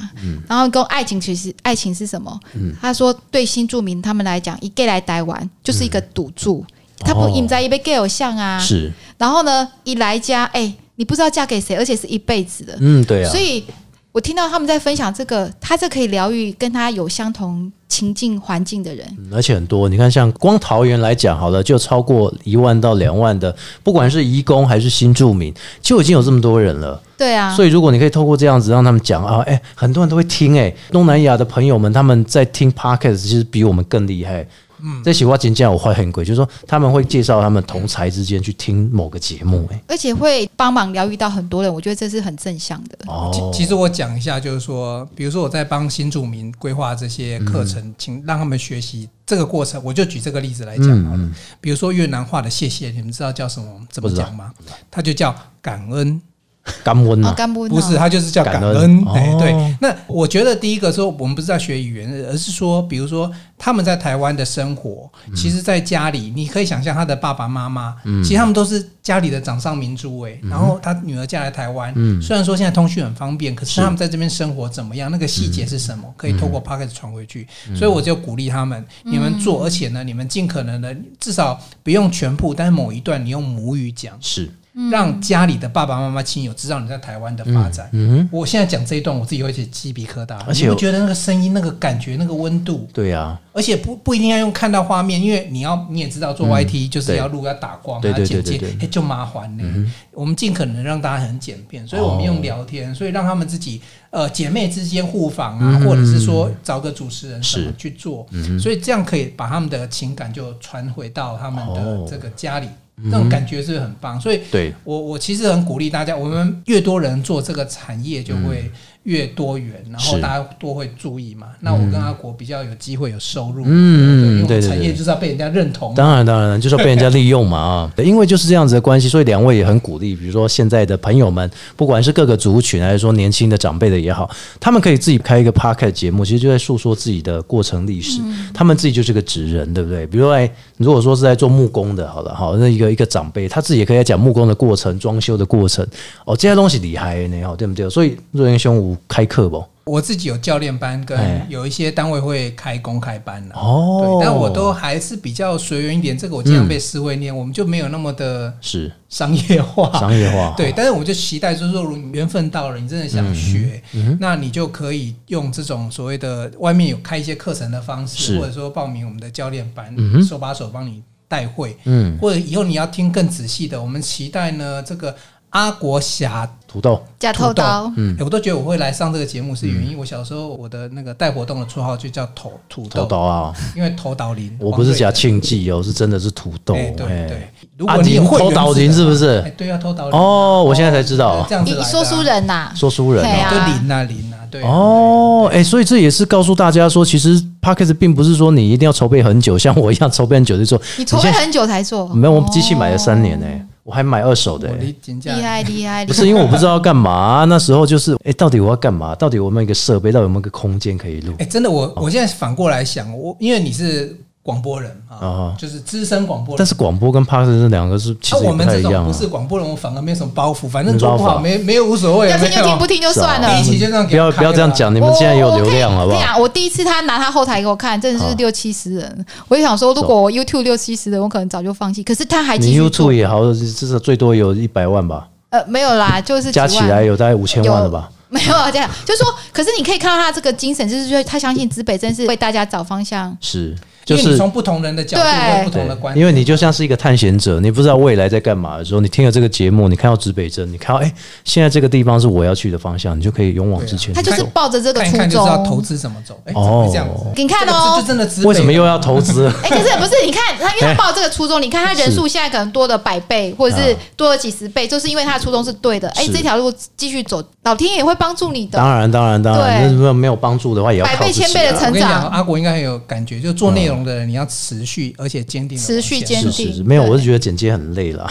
S3: 然后跟爱情其实爱情是什么？
S2: 嗯
S3: 他说对新住民他们来讲，一 gay 来台湾就是一个赌注，他不
S2: 哦
S3: 引在一杯 gay 偶像啊。
S2: 嗯是，
S3: 然后呢，一来家，哎、你不知道嫁给谁，而且是一辈子的。
S2: 嗯，对啊
S3: 所，以我听到他们在分享这个，他这可以疗愈跟他有相同情境环境的人。
S2: 嗯而且很多，你看，像光桃园来讲，好了，就超过一万到两万的，不管是移工还是新住民，就已经有这么多人了。
S3: 对啊，
S2: 所以，如果你可以透过这样子让他们讲啊，哎、很多人都会听、哎，东南亚的朋友们他们在听 podcast，其实比我们更厉害。嗯，这喜欢今天我会很贵，就是说他们会介绍他们同才之间去听某个节目、哎，
S3: 而且会帮忙疗愈到很多人，我觉得这是很正向的。
S2: 哦，
S4: 嗯其其实我讲一下，就是说，比如说我在帮新住民规划这些课程，
S2: 嗯
S4: 请让他们学习这个过程，我就举这个例子来讲
S2: 嗯
S4: 好了。比如说越南话的“谢谢”，你们知道叫什么？怎么讲吗？它就叫感恩，
S2: 干温
S3: 哦
S2: 呐，，
S3: 干不
S4: 不是，它就是叫
S2: 感
S4: 感
S2: 恩
S4: 恩。
S2: 哦
S4: 哎，对。那我觉得第一个说，我们不是在学语言，而是说，比如说他们在台湾的生活，其实在家里，你可以想象他的爸爸妈妈，其实他们都是家里的掌上明珠哎。然后他女儿嫁来台湾，虽然说现在通讯很方便，可嗯是他们在这边生活怎么样？那个细节是什么？可以透过 p o c k e t 传回去。所以我就鼓励他们，你们做，而且呢，你们尽可能的，至少不用全部，但是某一段你用母语讲。
S2: 是，
S4: 让家里的爸爸妈妈亲友知道你在台湾的发展。
S2: 嗯
S4: 我现在讲这一段，我自己会起鸡皮疙瘩，
S2: 而且
S4: 你
S2: 我
S4: 不觉得那个声音、那个感觉、那个温度，
S2: 哼，对啊，
S4: 而且不不一定要用看到画面，因为你要你也知道做 YT 就是要录、要打光、
S2: 嗯对
S4: 要
S2: 对
S4: 剪
S2: 对
S4: 接
S2: 对对，嗯
S4: 哎，就麻烦呢、我们尽可能让大家很简便，所以
S2: 哦
S4: 我们用聊天，所以让他们自己呃姐妹之间互访啊，或者是说找个主持人什么
S2: 嗯是嗯
S4: 去做，所以这样可以把他们的情感就传回到他们
S2: 哦嗯
S4: 的这个家里，那种感觉是很棒。所以
S2: 对，
S4: 我我其实很鼓励大家，我们越多人做这个产业，就会越多元，然
S2: 嗯
S4: 后
S2: 是嗯
S4: 大家多会注意嘛。那我跟阿国比较有机会有收
S2: 嗯
S4: 入，
S2: 嗯嗯对
S4: 对因为我们
S2: 对
S4: 产业
S2: 对
S4: 就是要被人家认同嘛。
S2: 当然，当然，就是要被人家利用嘛啊！因为就是这样子的关系，所以两位也很鼓励，比如说现在的朋友们，不管是各个族群，还是说年轻的长辈的也好，他们可以自己开一个 p o c a s t 节目，其实就在诉说自己的过程历史。他们自己就是个职人，对不对？比如说，哎，如果说是在做木工的，好了，好，那一个一个长辈，他自己也可以在讲木工的过程、装修的过程，哦，这些东西厉害的呢，哦，对不对？所以若元兄有开课不？
S4: 我自己有教练班，跟
S2: 哎
S4: 有一些单位会开公开班啦。
S2: 哦，
S4: 对，但我都还是比较随缘一点，这个我经常被思维念，我们就没有那么的
S2: 是
S4: 商业化。
S2: 商业化，
S4: 对，但是我就期待，就是说，如果你缘分到了，你真的想学，
S2: 嗯
S4: 那你就可以用这种所谓的外面有开一些课程的方式，
S2: 是
S4: 或者说报名我们的教练班，
S2: 嗯哼
S4: 手把手帮你带会，
S2: 嗯，
S4: 或者以后你要听更仔细的，我们期待呢这个。阿国侠，
S2: 土豆
S3: 假
S4: 土豆
S3: 透刀，
S4: 嗯、我都觉得我会来上这个节目是
S2: 嗯
S4: 原因，我小时候我的那个带活动的绰号就叫头土
S2: 土
S4: 豆，
S2: 豆啊，
S4: 因为头倒林。
S2: 我不是
S4: 讲
S2: 讲庆忌哦，是真的是土豆，
S4: 对对
S2: 哎
S4: 对，如
S2: 啊，
S4: 果你
S2: 您
S4: 有会
S2: 偷
S4: 员
S2: 岛
S4: 制
S2: 您
S4: 的
S2: 是不
S4: 哎，
S2: 是？
S4: 对啊，偷岛林啊
S2: 哦，我现在才知道
S4: 就是这样
S3: 你
S4: 子来的
S3: 你
S4: 啊。
S3: 说书人呐、
S2: 说书人
S3: 对
S2: 哦。
S3: 啊
S4: 就零啊零啊，对啊。
S2: 哦，哎、所以这也是告诉大家说，其实 p o c a s t 并不是说你一定要筹备很久，像我一样筹备很久就做。
S3: 你筹备
S2: 现在
S3: 很久哦才做，
S2: 没有，我们机器买了三年呢、我还买二手的、
S4: 我
S2: 哎
S4: 的金价
S3: 厉害厉害，
S2: 不是因为我不知道要干嘛、 那时候就是，哎、到底我要干嘛？到底我有没有一个设备？到底有没有一个空间可以录？
S4: 哎，真的，
S2: 哦
S4: 我我现在反过来想，我因为你是广播人
S2: 哦
S4: 啊，就是资深广播人。
S2: 但是广播跟 p o c a s t 这两个是其
S4: 啊
S2: 实也
S4: 我
S2: 不
S4: 们
S2: 太
S4: 这
S2: 一样
S4: 种
S2: 啊
S4: 不。是广播人，我反而没有什么包袱，反正
S2: 没
S4: 做不
S2: 包
S4: 好
S2: 袱
S4: 没没有无所谓，
S3: 要听
S4: 没
S3: 就
S4: 有
S3: 听，不听就是
S2: 啊
S3: 算了。哦
S4: 第一期就这样
S2: 不
S4: 给他
S2: 要
S4: 开
S2: 不要这样
S4: 了
S2: 讲，你们现在有
S3: 我
S2: 流量啊好不
S3: 我跟你
S2: 好？
S3: 讲，我第一次他拿他后台给我看，真的
S2: 好
S3: 是六七十人。我就想说，如果我 YouTube 六七十人，我可能早就放弃。可是他还继
S2: 你
S3: 续
S2: YouTube
S3: 做，
S2: 也好，至少最多有一百万吧。
S3: 呃，没有啦，就是几
S2: 加
S3: 万
S2: 起来有大概五千万了吧？
S3: 没有啊，这样就说，可是你可以看到他这个精神，就是说他相信资北真是为大家找方向。
S2: 是，就
S4: 因为你
S2: 是
S4: 从不同人的角度
S3: 对
S4: 或不同的观
S2: 因
S4: 点，
S2: 为你就像是一个探险者，你不知道未来在干嘛的时候，你听了这个节目，你看到指北针，你看到哎、诶现在这个地方是我要去的方向，你就可以勇往直前。
S3: 啊他就是抱着这个
S4: 看一
S3: 初
S4: 看就知道投
S3: 衷。
S4: 资怎么走。哎，怎么会这样子？
S2: 哦
S3: 你看
S4: 这个
S3: 哦
S4: 就，真的资
S2: 为什么
S4: 北
S2: 又要投资？
S3: 哎、可是不是？你看他，
S2: 哎
S3: 因为他抱这个初衷，你看他人数现在可能多了百倍，或者是多了几十倍，就是因为他的初衷是对的。哎、
S2: 啊是
S3: 这条路继续走，老天爷会帮助你的。
S2: 当然，当然，当然，
S3: 对
S2: 那如果没有帮助的话，也要
S3: 百
S2: 靠
S3: 倍
S2: 自己、啊。
S3: 千倍的
S4: 我
S3: 成
S4: 跟你讲，
S3: 长，
S4: 阿国应该很有感觉，就
S2: 嗯
S4: 做内容的人，你要持续而且坚定地往前，
S3: 持续坚
S2: 是
S3: 定
S2: 是是，没有，
S3: 对
S2: 我是觉得剪接很累了，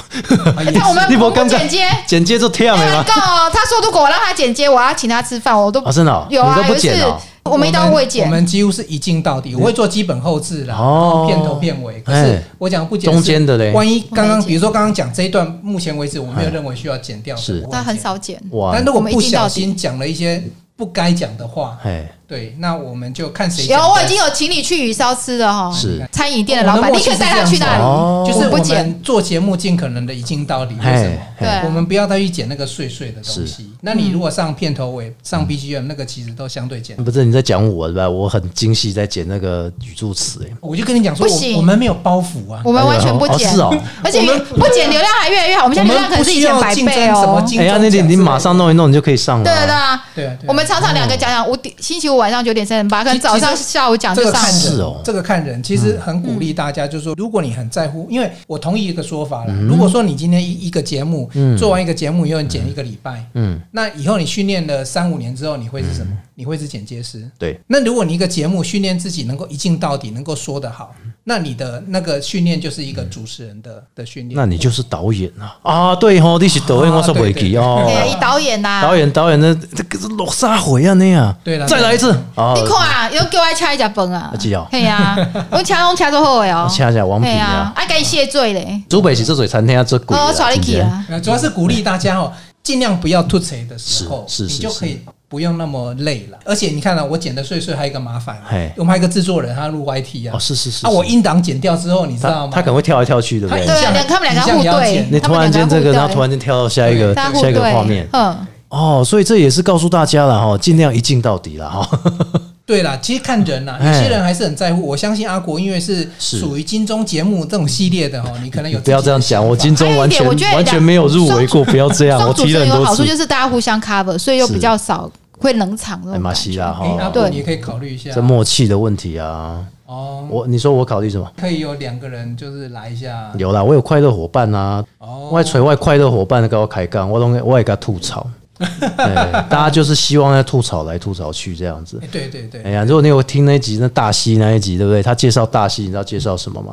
S4: 啊也
S3: 看 我们
S2: 你不
S3: 我们
S2: 尴尬
S3: 剪接，
S2: 剪接就跳
S3: 哎
S2: 没
S3: 呀
S2: 了。
S3: 够哦！他说如果我让他剪接，我要请他吃饭，我都
S2: 哦，真的、哦，
S3: 有啊，
S2: 你都
S3: 有
S2: 不
S3: 一次
S2: 剪哦。
S3: 我们一刀会剪
S4: 我，们几乎是一镜到底。我会做基本后置啦，然
S2: 哦
S4: 后片头片尾。可
S2: 哎
S4: 是我讲不剪
S2: 中间的嘞
S4: 是万一
S3: 我
S4: 刚
S3: 没
S4: 刚
S3: 剪
S4: 比如说刚刚讲这一段，目前为止我没有认为需要剪掉，
S2: 是
S4: 我会
S3: 但很
S4: 剪。
S3: 少剪。
S2: 哇
S4: 但，如
S3: 我
S4: 果
S3: 们一
S4: 不
S3: 镜到
S4: 小
S3: 底
S4: 心讲了一些不该讲的话，
S2: 哎，
S4: 对，那我们就看谁
S3: 有，
S4: 讲的。
S3: 我已经有请你去鱼烧吃的哈，
S2: 是
S3: 餐饮店的老板，
S4: 我
S3: 立刻
S4: 们的默契是
S3: 带他去那
S2: 这样子
S3: 里。
S2: 哦
S4: 就是
S3: 我不
S4: 啊我
S3: 剪
S4: 们做节目尽可能的一镜到底。为什么？
S2: 嘿
S3: 对
S4: 我们不要再去剪那个碎碎的东
S2: 是嗯
S4: 西。那你如果上片头尾、上 BGM，那个其实都相对简单。
S2: 不是你在讲我对吧？我很精细在剪那个语助词，哎，
S4: 我就跟你讲说，
S3: 不行
S4: 我我们没有包袱啊，
S3: 我们完全不剪
S2: 哦是哦，
S3: 而且
S4: 我们
S3: 不剪流量还越来越好，我们现在流量可能是以前百
S4: 我们不需
S3: 倍
S4: 要竞争什
S3: 哦
S4: 么。竞
S2: 哎呀，那你你马上弄一弄，你就可以上了。
S3: 对的啊，
S4: 对啊，对啊
S3: 我们常常两个讲讲五点，星期五晚上九点三十八，可能
S4: 其
S3: 早上
S4: 其实
S3: 下午讲
S4: 这
S3: 就
S4: 个
S3: 上嗯
S4: 看
S3: 午。
S2: 是
S4: 人
S2: 哦，
S4: 这个看人，其实很鼓励大家，就是说，如果你很在乎，因为我同意一个说法
S2: 嗯
S4: 啦，如果说你今天一一个节目做完一个节目以后，你剪一个礼拜，
S2: 嗯，
S4: 那以后你训练了三五年之后，你会是什么？你会是剪接师。
S2: 对，
S4: 那如果你一个节目训练自己能够一镜到底，能够说得好，那你的那个训练就是一个主持人的的训练。
S2: 嗯那你就是导演啊！啊，对吼，你是导演，
S4: 啊
S2: 我说袂记哦
S3: 对。啊，以导演呐，
S2: 导演，导演的这个是落沙回啊那样。
S4: 对啦
S2: 再来一次啊！
S3: 你看啊，又叫我吃一只饭啊
S2: 啊是哦，
S3: 嘿 啊，我吃拢吃做好的哦，
S2: 恰恰王平
S3: 嘿啊
S2: 啊，，
S3: 啊，该谢罪嘞，
S2: 主北是这嘴餐厅啊，这鬼
S3: 哦，我耍你
S2: 真
S3: 去
S2: 的
S3: 啊，
S4: 呃，主要是鼓励大家哦，尽量不要吐槽的时候，
S2: 是是是
S4: 你就可以不用那么累了。而且你看啊，我剪的碎碎还有一个麻烦啊
S2: 嘿，
S4: 我们还有一个制作人，他录 YT 啊，
S2: 哦，是是是
S4: 啊，我音档剪掉之后，你知道
S2: 他
S4: 吗？
S2: 他可能会跳来跳去，对不
S4: 他
S2: 对
S4: 一？
S3: 对啊
S4: 下
S3: 两他们两个互
S4: 一下了
S3: 对
S4: 解
S2: 你突然间这个，
S3: 他们两个互对
S2: 然后突然间跳到下一个
S3: 大家互
S2: 下一个画
S3: 对
S2: 面，
S3: 嗯，
S2: 哦，所以这也是告诉大家了哈，尽量一镜到底哦了哈。
S4: 对啦，其实看人啦，有
S2: 哎
S4: 些人还是很在乎。我相信阿国，因为是
S2: 是
S4: 属于金钟节目这种系列的哦， 你可能有
S2: 不要这样讲，我金钟完全
S3: 还有一点我觉得
S2: 完全没有入围过，不要这啊样，我
S3: 双主
S2: 提
S3: 持
S2: 了
S3: 人
S2: 很
S3: 有好
S2: 多
S3: 处就
S2: 次。
S3: 是大家互相 cover，所以又比较少会冷场那
S2: 哎，
S3: 种
S2: 马
S3: 感觉。
S2: 西啦
S4: 哎，阿
S2: 哈，
S4: 国你也可以考虑一下
S2: 这默契的问题啊。
S4: 哦，
S2: 我你说我考虑什么？
S4: 可以有两个人就是来一下
S2: 有啦，我有快乐伙伴啊，
S4: 哦，
S2: 外锤外快乐伙伴跟我开杠，我拢我也跟他吐槽，对，大家就是希望在吐槽来吐槽去这样子
S4: 哎。对对对
S2: 哎，呀，如果你有听那一集那大西那一集，对不对？他介绍大西，你知道介绍什么吗？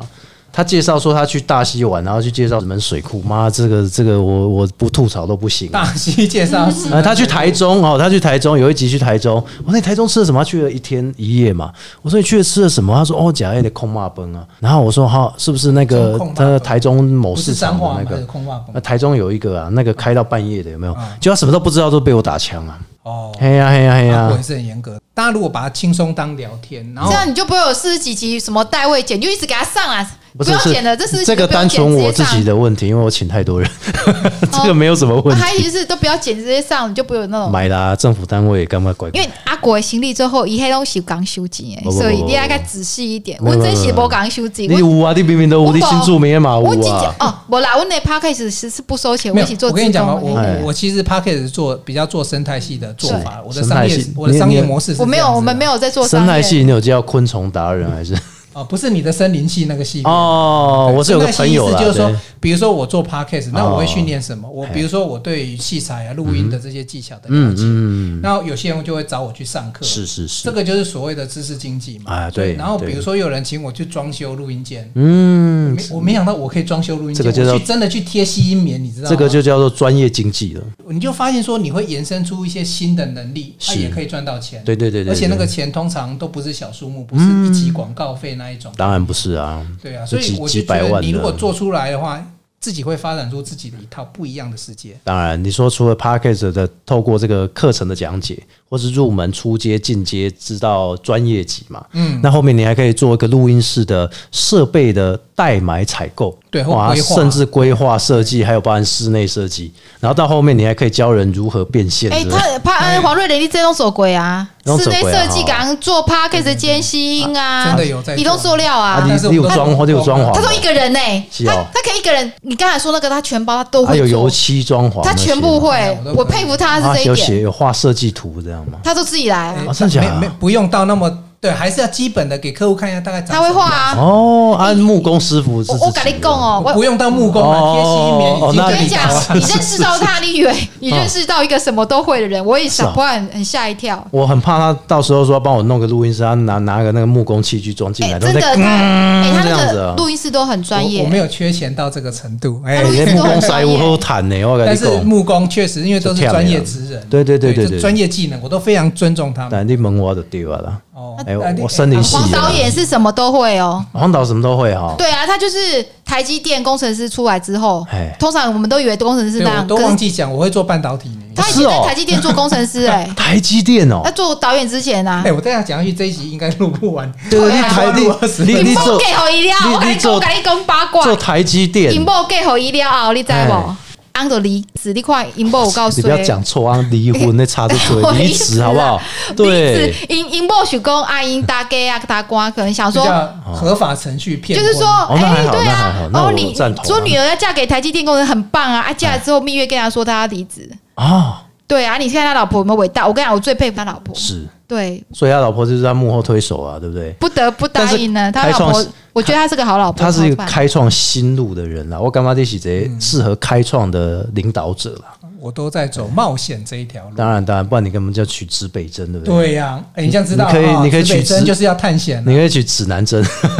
S2: 他介绍说他去大西玩，然后去介绍什么水库，妈，这个这个我我不吐槽都不行、啊。
S4: 大西介 绍师
S2: 啊，他去台中哦，他去台中有一集去台中，我说哎你台中吃了什么？他去了一天一夜嘛。我说你去了吃了什么？他说哦，假夜的空骂崩啊。然后我说哈、是不是那个
S4: 中控骂
S2: 他
S4: 崩
S2: 的台中某
S4: 不
S2: 市
S4: 是
S2: 场
S4: 脏
S2: 的
S4: 话
S2: 那
S4: 吗？还
S2: 个呃
S4: 是？空话吗
S2: 那台中有一个啊，那个开到半夜的有没有
S4: 嗯？
S2: 就他什么都不知道，都被我打枪啊！
S4: 哦，
S2: 嘿呀嘿呀嘿
S4: 阿国
S2: 呀
S4: 也！是很严格。大家如果把它轻松当聊天，然后
S3: 这样你就不会有四十几集什么代位剪，就一直给他上啊，
S2: 不是
S3: 用
S2: 是
S3: 剪了，这四十
S2: 这
S3: 集
S2: 个
S3: 都不
S2: 单
S3: 用剪
S2: 纯我自己。
S3: 直接
S2: 的问题，因为我请太多人， 这个没有什么
S3: 上
S2: 问
S3: 啊
S2: 题。
S3: 还有就是都不要剪，直接上，你就不会有那种。
S2: 买啦，政府单位干嘛乖乖
S3: 因？为阿国的行李最后一黑东西刚修剪诶，
S2: 哦不不不
S3: 所以
S2: 不
S3: 你要该仔细一点。
S2: 没
S3: 我
S2: 有
S3: 这
S2: 没有
S3: 是
S2: 没有
S3: 无刚修剪，
S2: 你
S3: 我
S2: 有啊，你明明都有，
S3: 我
S2: 你新住民的嘛
S3: 我
S2: 有
S3: 真
S2: 啊
S3: 正。哦，我啦，我那 podcast 是是不收钱，我
S4: 没
S3: 一
S4: 有
S3: 起做
S4: 我
S3: 自
S4: 跟你讲嘛，哦
S3: 动
S4: 我
S3: 的。
S2: 哎
S4: 我我其实 p a c k e t 是做比较做生态系的做法，我的
S2: 生态
S4: 商业
S2: 系
S4: 我的
S2: 你
S4: 商业
S2: 你
S4: 模式是
S3: 我没有，
S4: 这样子的啊
S3: 我们没有在做商
S2: 生
S3: 业
S2: 态系，你有叫昆虫达人还是？
S4: 哦，不是你的森林系那个系列
S2: 哦，我是有个朋友啦，
S4: 就是说
S2: 对，哦哎
S4: 比如说我做 podcast，那我会训练什么？我
S2: 嘿
S4: 比如说我对于器材啊、录音的这些技巧的了
S2: 嗯
S4: 解，
S2: 嗯，
S4: 然后有些人就会找我去上课，
S2: 是是
S4: 这
S2: 是，
S4: 个就是所谓的知识经济嘛。
S2: 啊对
S4: 然后
S2: 对
S4: 比如说有人请我去装修录音间，
S2: 嗯，
S4: 没我没想到我可以装修录音
S2: 这
S4: 间，
S2: 个就叫
S4: 我去真的去贴吸音棉，你知道吗？
S2: 这个就叫做专业经济了。
S4: 你就发现说你会延伸出一些新的能力，它
S2: 是
S4: 也可以赚到钱。
S2: 对对对对，
S4: 而且那
S2: 对
S4: 个钱通常都不是小数目，不是一级广告费那一种。
S2: 当然不是啊，
S4: 对啊，
S2: 是
S4: 所
S2: 几
S4: 以我
S2: 几
S4: 就
S2: 百
S4: 觉
S2: 万
S4: 得
S2: 的
S4: 你如果做出来的话，自己会发展出自己的一套不一样的世界。
S2: 当然，你说除了 p a c k a g e 的透过这个课程的讲解，或是入门、初阶、进阶，知道专业级嘛，嗯，那后面你还可以做一个录音室的设备的代买采购，
S4: 对或
S2: 哇，
S4: 规划
S2: 甚至规划设计，还有包含室内设计，然后到后面你还可以教人如何变现，
S3: 哎、
S2: 是不是
S3: 他怕哎，黄瑞玲你这种走鬼啊，
S2: 拢
S3: 室
S2: 做
S3: 内
S2: 过啊哦
S3: 设计敢做 p a r k a s 监析音啊，
S4: 真的有在做
S3: 移动塑料啊。
S2: 啊，
S4: 但
S2: 你
S4: 是我
S2: 你有
S4: 们
S2: 装，你有装潢吗，
S3: 他说一个人呢、
S2: 是
S3: 他
S2: 哦
S3: 他可以一个人。你刚才说那个，他全包，他都
S2: 还
S3: 哦会
S2: 有
S3: 做
S2: 油，漆装潢那些吗，
S3: 他全部
S4: 哎
S3: 会
S4: 我都。
S3: 我佩服他
S2: 啊，
S3: 是这
S2: 有
S3: 一点，
S2: 写有画设计图这样吗？
S3: 他都自己来啊。
S4: 哎
S2: 哦真的假的
S4: 没没不用到那么对，还是要基本的给客户看一下大概长
S3: 他会
S4: 什么
S3: 画
S4: 样。
S3: 啊，
S2: 哦，按木工师傅是
S3: 我
S2: 自
S3: 我
S2: 己
S3: 跟你讲
S2: 的
S3: 哦，我
S4: 不用到木工
S2: 哦
S4: 了，贴心棉
S2: 哦
S4: 已经
S2: 那
S3: 我跟
S2: 你
S3: 你讲
S2: 好啊，
S3: 你认识到他，你以 为你认识到一个什么都会的人，我也
S2: 是啊
S3: 想不然很吓一跳。
S2: 我很怕他到时候说帮我弄个录音师，他拿拿个那个木工器具装进
S3: 哎、
S2: 来，啊都
S3: 真
S2: 在
S3: 的，他哎、他
S2: 这样
S3: 那
S2: 子啊
S3: 个录音室都很专
S4: 我
S3: 业
S4: 我。没有缺钱到这个程度，哎
S3: 他录
S2: 哎
S3: 音
S2: 那
S3: 师
S2: 木
S3: 都
S2: 工
S3: 很
S2: 师
S3: 专
S2: 傅
S3: 业
S2: 好谈呢，我跟
S4: 但
S2: 你
S4: 是
S2: 讲，
S4: 木工确实因为都是专业职人，
S2: 对对对对
S4: 就
S2: 对
S4: 专业技能我都非常尊重他们。
S2: 但你问我就对了啦。
S4: 哦
S2: 哎我
S4: 那你
S2: 我森林系
S3: 黄导演是什么都会哦。
S2: 黄导什么都会哈，
S3: 对啊，他就是台积电工程师出来之后
S2: 哎，
S3: 通常我们都以为工程师
S4: 对，
S3: 那
S4: 我
S3: 样，
S4: 都
S3: 可
S4: 忘
S3: 是
S4: 记讲，我会做半导体呢。
S3: 他以前
S2: 是
S3: 在
S2: 哦
S3: 台积电做工程师 哎、
S2: 台积电哦
S3: 他，做导演之前啊
S4: 哎、，我这样讲下去，这一集应该录不完。
S2: 对对，
S3: 对
S2: 你
S3: 啊
S2: 台
S4: 我要
S2: 地，
S4: 死
S2: 你你
S3: 你
S2: 做
S3: 莫给好医疗，我
S2: 你
S3: 跟
S2: 你
S3: 你讲，
S2: 做
S3: 我跟你讲八卦，
S2: 做台积电，
S3: 引
S2: 你
S3: 爆给好医疗后，你知
S2: 哎
S3: 无？安德离子你快引哦爆我告诉
S2: 不要讲错啊，离婚那差就 对，
S3: 我的
S2: 离
S3: 意思
S2: 职
S3: 啊
S2: 好不好？对，
S3: 因因某许公阿英大哥啊大官可能想
S4: 就
S3: 说，
S4: 叫合法程序骗
S3: 就
S4: 婚，
S3: 是说，
S2: 哦那还
S3: 哎、
S2: 好
S3: 对
S2: 那还好
S3: 啊，
S2: 那我
S3: 你
S2: 赞同啊
S3: 说女儿要嫁给台积电工人很棒啊，啊嫁了之后蜜月跟他说他要离职，
S2: 啊，
S3: 对啊，你看他老婆有没有伟大？我跟你讲，我最佩服他老婆，
S2: 是，
S3: 对，
S2: 所以他老婆就是在幕后推手啊，对不对？
S3: 不得不答应呢。
S2: 但是
S3: 他老
S2: 开
S3: 婆
S2: 创，
S3: 我觉得他是个好老婆，
S2: 他是一个
S3: 好爸
S2: 开创新路的人啦，我干嘛这些贼适合开创的领导者啦。
S4: 我都在走冒险这一条路。
S2: 当然，当然，不然你根本就取指北针，对不对？
S4: 对呀、哎你这样知道
S2: 你可以
S4: 啊
S2: 你可以
S4: 指北
S2: 取
S4: 针
S2: 直
S4: 就是要探险、啊
S2: 你可以取指南针，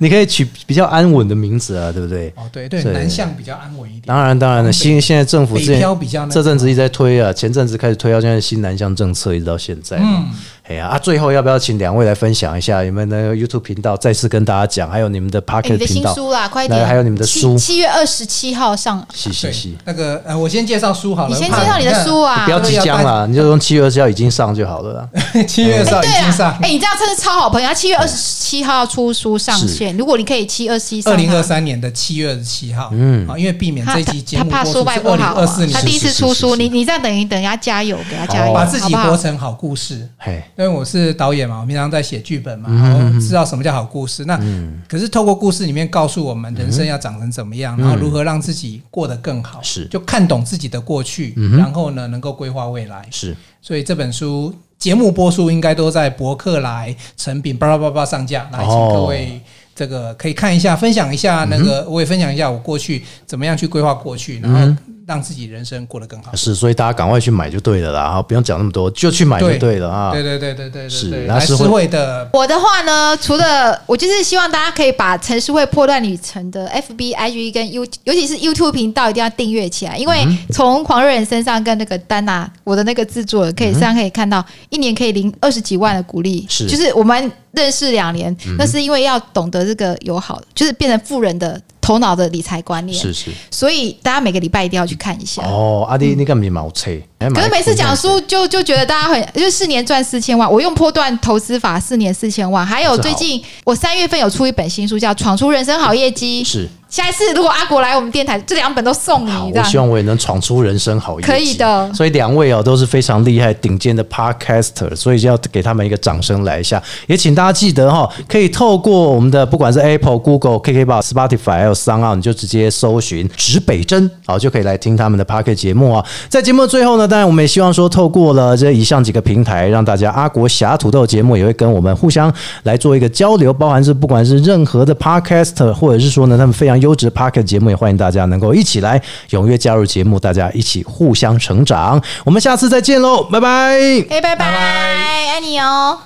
S2: 你可以取比较安稳的名字啊，对不对？
S4: 哦，对对，
S2: 对
S4: 南向比较安稳一点。
S2: 当然，当然了，新现在政府之
S4: 北
S2: 前
S4: 漂比较那个
S2: 这阵子一直在推啊，前阵子开始推到现在新南向政策，一直到现在。嗯，哎呀啊，最后要不要请两位来分享一下你们的 YouTube 频道，再次跟大家讲，还有你们的
S3: 哎你
S2: Pocket
S3: 的
S2: 频
S3: 新
S2: 道，
S4: 啊
S3: 书啦，快
S2: 来
S3: 点！
S2: 还有你们的
S3: 七
S2: 书
S3: 七月二十七号上，
S2: 嘻嘻
S4: 对
S2: 嘻，，
S4: 那个呃，我先介绍书好了。
S3: 你先介
S4: 怕
S3: 绍你的书啊
S2: 不。要即将啦，你就用七月二十号已经上就好了 啦。
S4: 看， 七月
S3: 哎
S4: 上已
S3: 对
S4: 经上
S3: 啊，，哎，你这样真是超好朋友。他七月二十七号出书上线，如果你可以七二七上
S4: 二零
S3: 它
S4: 二三年的七月二十七号，嗯，啊，因为避免
S3: 他
S4: 这一集节
S3: 他
S4: 目
S3: 怕
S4: 播出
S3: 说
S4: 是
S3: 卖不
S4: 二零
S3: 好
S4: 二四
S3: 啊，他
S4: 年，
S3: 第一次出
S2: 是是是
S3: 书，
S2: 是
S3: 你你这样等于等他加油，给他加油，
S2: 哦
S4: 把自己
S3: 好不好？
S4: 活成好故事。
S2: 嘿，
S4: 因为我是导演嘛，我平常在写剧本嘛，
S2: 嗯
S4: 然后知道什么叫好故事。那可是透过故事里面告诉我们人生要长成怎么样，然后如何让自己过得更好，
S2: 嗯是嗯
S4: 就看懂自己的过去，然后呢能够规划未来。
S2: 是
S4: 所以这本书节目播出应该都在博客来、成品、巴拉巴拉巴拉上架，来请
S2: 哦嗯
S4: 各位这个可以看一下，分享一下那个，我也分享一下我过去怎么样去规划过去，
S2: 嗯
S4: 然后让自己人生过得更好。
S2: 是，所以大家赶快去买就对了啦，啊，不用讲那么多，就去买就
S4: 对
S2: 对了啊。
S4: 对对对对对
S2: 是
S4: 对对，
S2: 那
S4: 来
S2: 是
S4: 实
S2: 会
S4: 惠的，
S3: 我的话呢，除了我就是希望大家可以把《城市会破断旅程》的 FB、IG 跟 U，尤其是 YouTube 频道一定要订阅起来，因为
S2: 嗯
S3: 从狂热人身上跟那个丹娜，我的那个制作人可以身上可以看到，一年可以领二十几万的鼓励，
S2: 嗯是嗯
S3: 就是我们认识两年，那是因为要懂得这个友好，就是变成富人的头脑的理财观念，
S2: 是是。
S3: 所以大家每个礼拜一定要去看一下。
S2: 哦，阿弟，你干嘛没毛哎车？
S3: 可
S2: 可
S3: 是每次讲书就就觉得大家很，就四年赚四千万，我用波段投资法四年四千万，还有
S2: 这好
S3: 最近我三月份有出一本新书叫《闯出人生好业绩》，
S2: 是
S3: 下一次如果阿国来我们电台，这两本都送
S2: 好，
S3: 你这
S2: 我希
S3: 样。
S2: 望我也能闯出人生好业绩。
S3: 可以的
S2: 所以两位哦都是非常厉害、顶尖的 podcaster，所以就要给他们一个掌声来一下。也请大家记得哈、哦，可以透过我们的不管是 Apple、Google、KKBox、Spotify 还有 s o n 你就直接搜寻指北针，好、就可以来听他们的 p o d c a s t 节目啊、在节目的最后呢，当然我们也希望说，透过了这以上几个平台，让大家阿国侠土豆节目也会跟我们互相来做一个交流，包含是不管是任何的 podcaster，或者是说呢他们非常优质的 p o d c a s t 节目，也欢迎大家能够一起来踊跃加入节目，大家一起互相成长。我们下次再见喽，拜拜。
S3: 哎，拜拜，爱你哦。